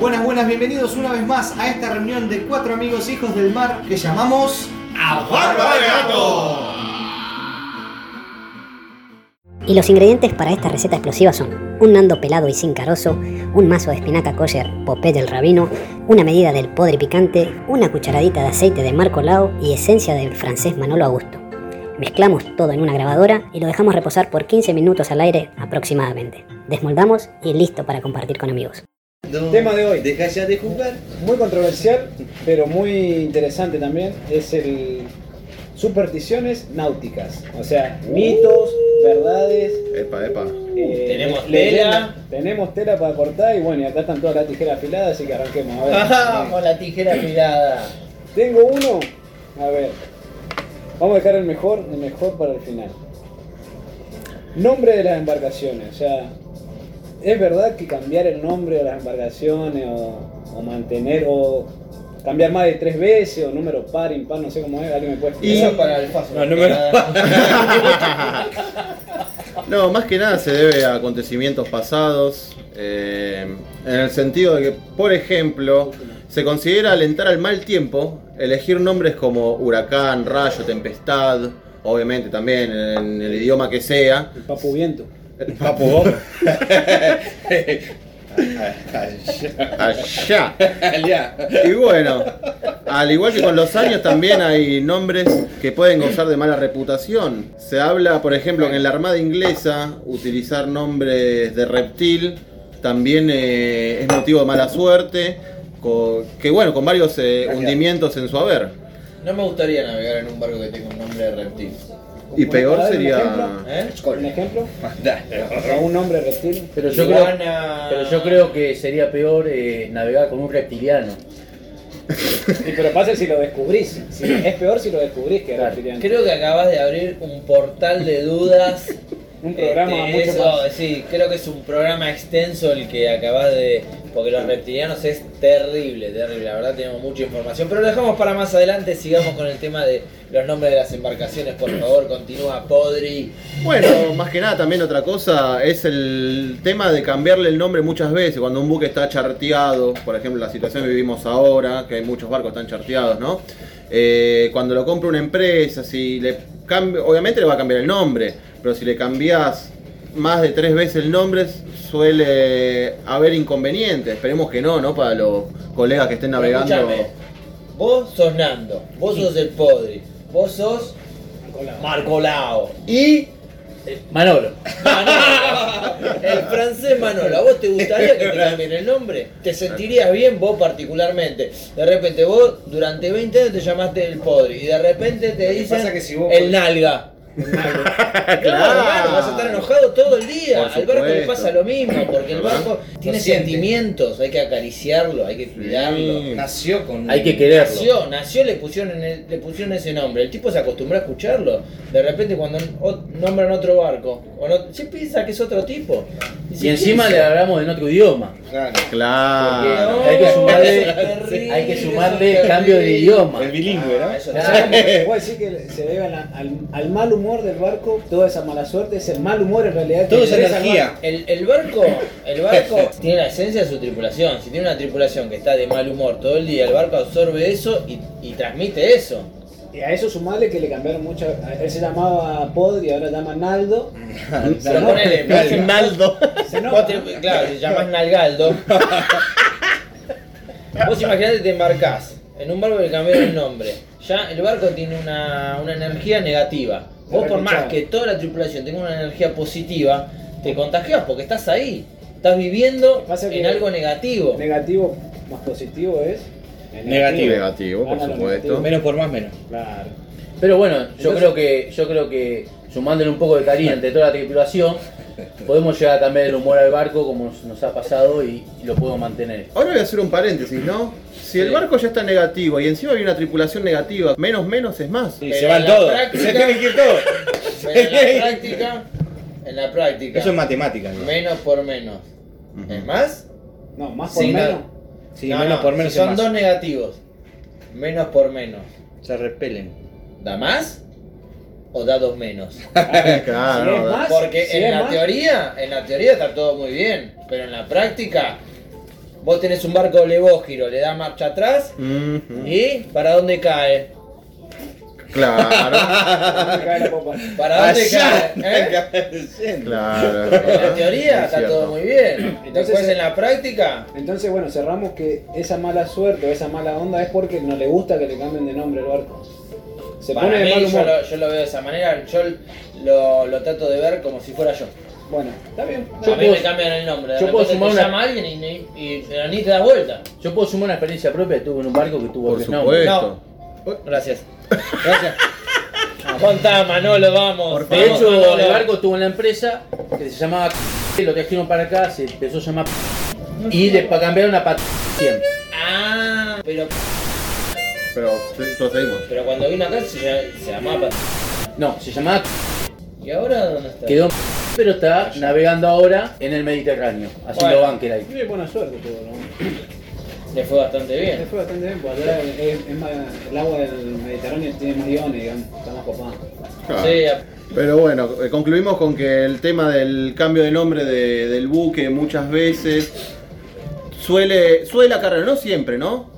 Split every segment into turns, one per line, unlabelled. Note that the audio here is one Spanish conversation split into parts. Buenas, buenas, bienvenidos una vez más a esta reunión de cuatro amigos hijos del mar que llamamos
¡A Barba de Gato!
Y los ingredientes para esta receta explosiva son un nando pelado y sin carozo, un mazo de espinaca kosher popé del rabino, una medida del podre picante, una cucharadita de aceite de Marco Lao y esencia del francés Manolo Augusto. Mezclamos todo en una grabadora y lo dejamos reposar por 15 minutos al aire aproximadamente. Desmoldamos y listo para compartir con amigos.
Tema de hoy.
Deja ya de jugar.
Muy controversial, pero muy interesante también, es el supersticiones náuticas. O sea, mitos, verdades.
Uh. Epa, epa.
eh,
Uh, tenemos tela.
leyendas. Tenemos tela para cortar y bueno, y acá están todas las tijeras afiladas, así que arranquemos. A ver.
Con la tijera mirada.
Tengo uno. A ver. Vamos a dejar el mejor, el mejor para el final. Nombre de las embarcaciones. O sea, ¿es verdad que cambiar el nombre de las embarcaciones o, o mantener o cambiar más de tres veces o número par, impar, no sé cómo es? ¿Alguien me puede explicar?
para el paso.
No, no me lo-
No, más que nada se debe a acontecimientos pasados. eh, en el sentido de que, por ejemplo, se considera alentar al mal tiempo elegir nombres como huracán, rayo, tempestad. Obviamente también en el idioma que sea.
El papu viento.
El papo. Allá. Y bueno, al igual que con los años también hay nombres que pueden gozar de mala reputación. Se habla, por ejemplo, que en la Armada Inglesa utilizar nombres de reptil también eh, es motivo de mala suerte, co- que bueno, con varios eh, hundimientos en su haber.
No me gustaría navegar en un barco que tenga un nombre de reptil.
Y peor
¿Puedes dar un
sería...
ejemplo?
¿Eh?
¿Un ejemplo? ¿A un nombre reptil?
Pero yo, creo, pero yo creo que sería peor eh, navegar con un reptiliano.
Y pero pasa si lo descubrís. Si- es peor si lo descubrís que
Claro.
reptiliano.
Creo que acabas de abrir un portal de dudas.
Un programa
Este,
mucho
eso,
más.
Sí, creo que es un programa extenso el que acabas de. Porque los reptilianos es terrible, terrible. La verdad, tenemos mucha información. Pero lo dejamos para más adelante. Sigamos con el tema de los nombres de las embarcaciones. Por favor, continúa, Podri.
Bueno, más que nada también otra cosa es el tema de cambiarle el nombre muchas veces. Cuando un buque está charteado, por ejemplo, la situación que vivimos ahora, que hay muchos barcos que están charteados, ¿no? Eh, cuando lo compra una empresa, si le cambia, obviamente le va a cambiar el nombre, pero si le cambias más de tres veces el nombre, suele haber inconvenientes. Esperemos que no, ¿no? Para los colegas que estén navegando.
Escuchame, Vos sos Nando. Vos sos el Podri. Vos sos. Marco Lao. Y.
Manolo.
Manolo. El francés Manolo, ¿a vos te gustaría que te cambien el nombre? ¿Te sentirías bien vos particularmente? De repente vos durante 20 años te llamaste el Podri y de repente te dicen
pasa que si vos-
el Nalga. Claro, hermano, vas a estar enojado todo el día.
Por
Al barco le
supuesto.
pasa lo mismo, porque el barco tiene
siente.
sentimientos, hay que acariciarlo, hay que cuidarlo.
Sí.
Nació con.
Hay que quererlo.
Nació, nació, le pusieron, en el- le pusieron ese nombre. El tipo se acostumbró a escucharlo. De repente, cuando o- nombran otro barco, o no, se piensa que es otro tipo.
Y encima le hablamos en otro idioma.
Claro.
Hay que sumarle-
terrible,
hay que
eso es
sumarle
terrible.
cambio de idioma.
El bilingüe, ¿no?
Ah, eso
O sea, como que Puedo decir que se debe a la- al, al mal humor del barco, toda esa mala suerte, ese mal humor en realidad. que
Todo es
le interesa al
energía.
barco.
El, el barco, el barco tiene la esencia de su tripulación. Si tiene una tripulación que está de mal humor todo el día, el barco absorbe eso y, y transmite eso.
Y a eso sumarle que le cambiaron mucho. a- Él se llamaba Podri, ahora llama Naldo.
Se lo ponele,
Naldo.
Se
Vos
enoja.
te- claro, te llamás Nalgaldo. Vos imaginate, te embarcás en un barco que le cambiaron el nombre. Ya el barco tiene una, una energía negativa. Vos, por más que toda la tripulación tenga una energía positiva, te contagias porque estás ahí. Estás viviendo
Pasa que-
en algo negativo.
Negativo más positivo es.
Negativo.
Negativo, por
Gana lo
supuesto.
negativo.
Menos por más, menos.
Claro.
Pero bueno, yo
Entonces-
creo que yo creo que sumándole un poco de cariño entre toda la tripulación, podemos llegar a cambiar el humor al barco como nos, nos ha pasado y, y lo podemos mantener.
Ahora voy a hacer un paréntesis, ¿no? Si el
Sí.
barco ya está negativo y encima hay una tripulación negativa, menos menos es más.
Y
Pero
se
en
van
la
todos.
práctica-
Se tienen que ir todos.
Pero en la práctica, en la práctica,
Eso es matemática. ¿no?
menos por menos.
Ujú.
¿Es más?
No, más por
Sí,
menos.
Sí,
No,
menos
no,
por menos
si son
es más.
dos negativos. Menos por menos.
Se repelen.
¿Da más? o dados menos.
Claro,
Si es
Ah, no,
más,
Porque
si
en
Ah, es
la
más,
teoría, en la teoría está todo muy bien, pero en la práctica vos tenés un barco levógiro, le da marcha atrás
Mhm,
y ¿para dónde cae?
Claro,
me cae la popa.
¿Para dónde cae? ¿Eh?
claro.
En la teoría
Es
está
cierto.
todo muy bien.
Entonces,
Después
eh,
en la práctica,
Entonces, bueno, cerramos que esa mala suerte o esa mala onda es porque no le gusta que le cambien de nombre al barco. Se
para
pone de
mí
mal
yo
humor.
lo, yo lo veo de esa manera, yo lo, lo trato de ver como si fuera yo.
Bueno, está bien.
a mí
puedo-
me cambian el nombre, de
yo puedo
repente te
sumar una-
llama alguien y, y, y pero ni te da vuelta.
Yo puedo sumar una experiencia propia, tuve en un barco que tuvo
Por
tres
supuesto.
nombres.
Esto.
Oh.
Gracias. Gracias. Contá, Manolo, vamos.
De
Vamos,
hecho,
Manolo.
Ah. el barco estuvo en la empresa que se llamaba C, lo trajeron para acá, se empezó a llamar C, y le pa- cambiaron a pat siempre.
Ah, pero,
Pero sí, procedimos.
pero cuando vino acá se, ll- se llamaba.
No, se llamaba C,
¿Y ahora dónde está?
quedó en C, pero está navegando ahora en el Mediterráneo, haciendo
Bueno.
bunker ahí.
Tiene buena suerte todo, ¿no?
Le fue bastante
Le
bien.
fue bastante bien, porque allá es- es más- el agua del Mediterráneo tiene más iones, digamos, está más copada.
Ah.
Claro.
Sí, a-
Pero bueno, eh, concluimos con que el tema del cambio de nombre de- del buque muchas veces suele, suele acarrear, no siempre, ¿no?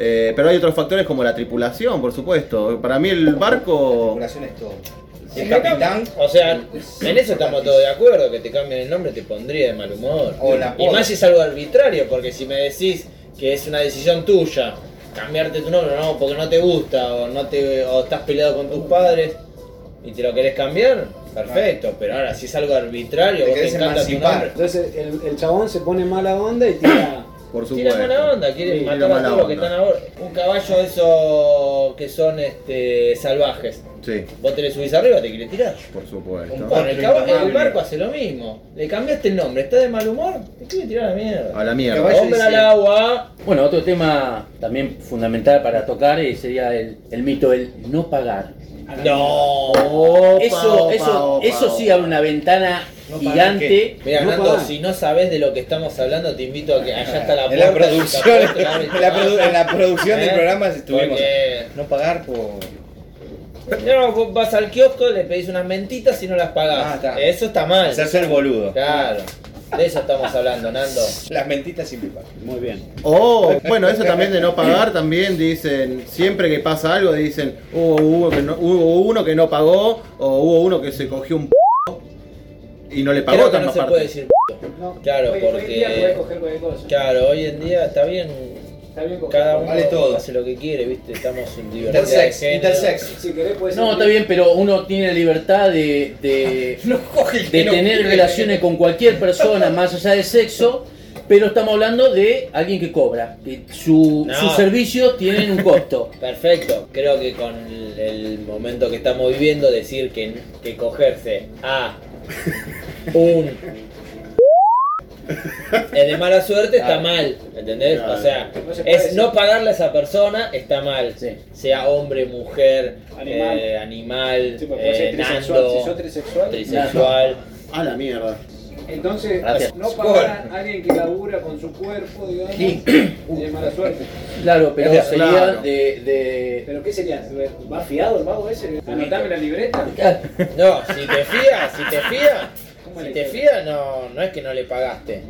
Eh, pero hay otros factores como la tripulación, por supuesto. Para mí el barco...
Tripulación es todo.
si
El
me
capitán.
cam- O sea, en eso estamos todos de acuerdo, que te cambien el nombre te pondría de mal humor.
O la
y
poda.
más si es algo arbitrario, porque si me decís que es una decisión tuya cambiarte tu nombre, no, porque no te gusta o no te o estás peleado con tus padres y te lo querés cambiar, perfecto, pero ahora si es algo arbitrario,
Te
vos te
querés
encanta tu
emancipar.
nombre.
Entonces el, el chabón se pone mala onda y tira.
Por
Tira
supuesto.
mala onda, quieren
Sí,
matar
tira
a
mala
todos los que
onda.
están ahora. Un caballo de esos que son este, salvajes.
Sí,
Vos te le subís arriba, te querés tirar.
por supuesto.
Un
Bueno, el,
Otro
caba- el
indomable.
barco hace lo mismo. Le cambiaste el nombre, está de mal humor, te quiere tirar a la
A
mierda.
la mierda.
Caballo
Hombre
dice-
al agua.
Bueno, otro tema también fundamental para tocar eh, sería el, el mito del no pagar.
No.
Opa,
eso,
opa,
eso,
opa,
eso sí
opa.
abre una ventana
No pagar
gigante.
Mira,
No
Nando,
podés.
si no sabes de lo que estamos hablando, te invito a que allá está la
En la
puerta. si
producción,
capaz te la abres,
en la, produ- en la producción
¿Eh?
del programa estuvimos.
Porque-
No pagar por.
No, vos vas al kiosco, le pedís unas mentitas y no las pagás.
Ah, está.
Eso está mal.
Hacerse el boludo.
Claro, de eso estamos hablando, Nando.
Las mentitas sin pipa.
Muy bien.
Oh, bueno, eso también de no pagar, también dicen, siempre que pasa algo, dicen, "Oh, hubo, que no- hubo uno que no pagó, o hubo uno que se cogió un p y no le pagó
Creo que
tan
no se
aparte.
puede decir.
No,
Claro,
hoy- Hoy
porque-
en día podés coger cualquier cosa.
Claro, hoy en día está bien,
Está bien coger.
cada uno
Vale todo.
hace lo que quiere, viste, estamos en libertad de
Intersex,
género.
intersex.
Si querés puedes.
No, está bien, pero uno tiene la libertad de, de, de tener relaciones con cualquier persona más allá del sexo, pero estamos hablando de alguien que cobra, que su,
No.
sus servicios tienen un costo.
Perfecto, creo que con el, el momento que estamos viviendo, decir que, que cogerse a un es de mala suerte está mal, ¿entendés? O sea,
Ah. No se puede
es
decir.
no pagarle a esa persona está mal,
Sí.
sea hombre, mujer,
Animal.
eh, animal,
Sí, porque vos sos
eh,
trisexual. Si sos
nando,
trisexual,
trisexual.
A la mierda.
entonces
Gracias.
no pagar a alguien que labura con su cuerpo, digamos, tiene mala suerte.
Claro, pero
Claro.
sería de...
¿Pero qué sería? ¿Va fiado el vago ese? Anotame la libreta.
Ah,
de-
No, si te fías, si te fías,
¿Cómo
si
le
te
digo?
fías no, no es que no le pagaste,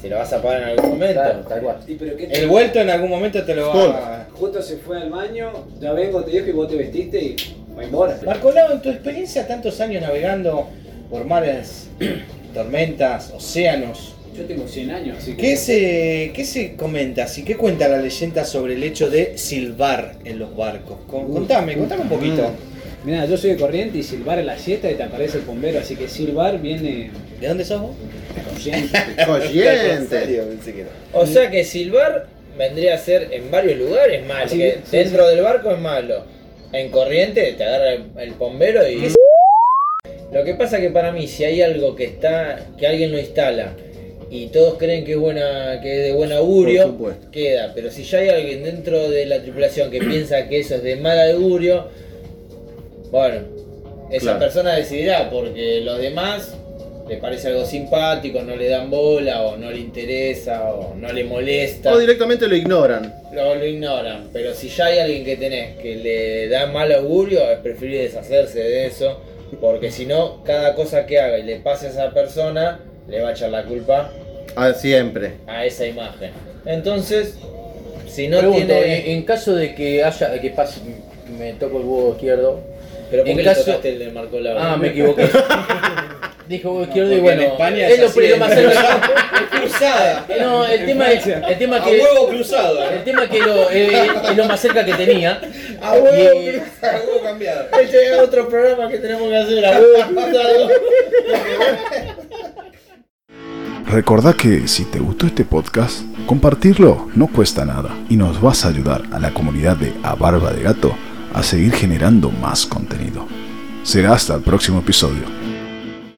se lo vas a pagar en algún momento.
Claro, tal cual.
Sí, pero ¿qué te-
El vuelto en algún momento te lo va a.
Justo se fue al baño, ya vengo, te dijo y vos te vestiste y va embora.
Marcolao, en tu experiencia, tantos años navegando por mares, tormentas, océanos,
Yo tengo 100 años, así que...
¿qué se, qué se comenta así? ¿Qué cuenta la leyenda sobre el hecho de silbar en los barcos? Con- contame, contame un poquito.
Mira, yo soy de corriente y silbar a la siesta y te aparece el bombero, así que silbar viene
¿De dónde sos vos?
consciente.
En
Coyente.
serio, pensé que no.
O sea que silbar vendría a ser en varios lugares malo.
Sí,
que
sí,
dentro del barco es malo. En corriente te agarra el, el bombero y. Lo que pasa que para mí, si hay algo que está. que alguien lo instala y todos creen que es buena. que es de buen
Por
augurio,
supuesto.
queda. Pero si ya hay alguien dentro de la tripulación que piensa que eso es de mal augurio, bueno, esa
Claro.
persona decidirá, porque los demás le parece algo simpático, no le dan bola, o no le interesa, o no le molesta.
O directamente lo ignoran.
Lo, lo ignoran, pero si ya hay alguien que tenés que le da mal augurio, es preferible deshacerse de eso, porque si no, cada cosa que haga y le pase a esa persona, le va a echar la culpa
A Ah, siempre.
a esa imagen. Entonces, si no
Pregunto,
tiene...
en, en caso de que haya, que pase, me toco el huevo izquierdo.
pero ¿por
en
qué
caso-
le tocaste el de Marco Lauro?
Ah, me equivoqué. Dijo huevo izquierdo y
porque
bueno,
en España
es
es
lo,
así,
pri- lo
es
más cerca.
Cruzada.
No, el tema es, el tema
A
que,
huevo cruzado.
el tema que lo, eh, es lo más cerca que tenía.
A huevo
Y-
cruzado. A huevo cambiado.
Este es otro programa que tenemos que hacer. a huevo cruzado.
Recordá que si te gustó este podcast, compartirlo no cuesta nada y nos vas a ayudar a la comunidad de A Barba de Gato a seguir generando más contenido. Será hasta el próximo episodio.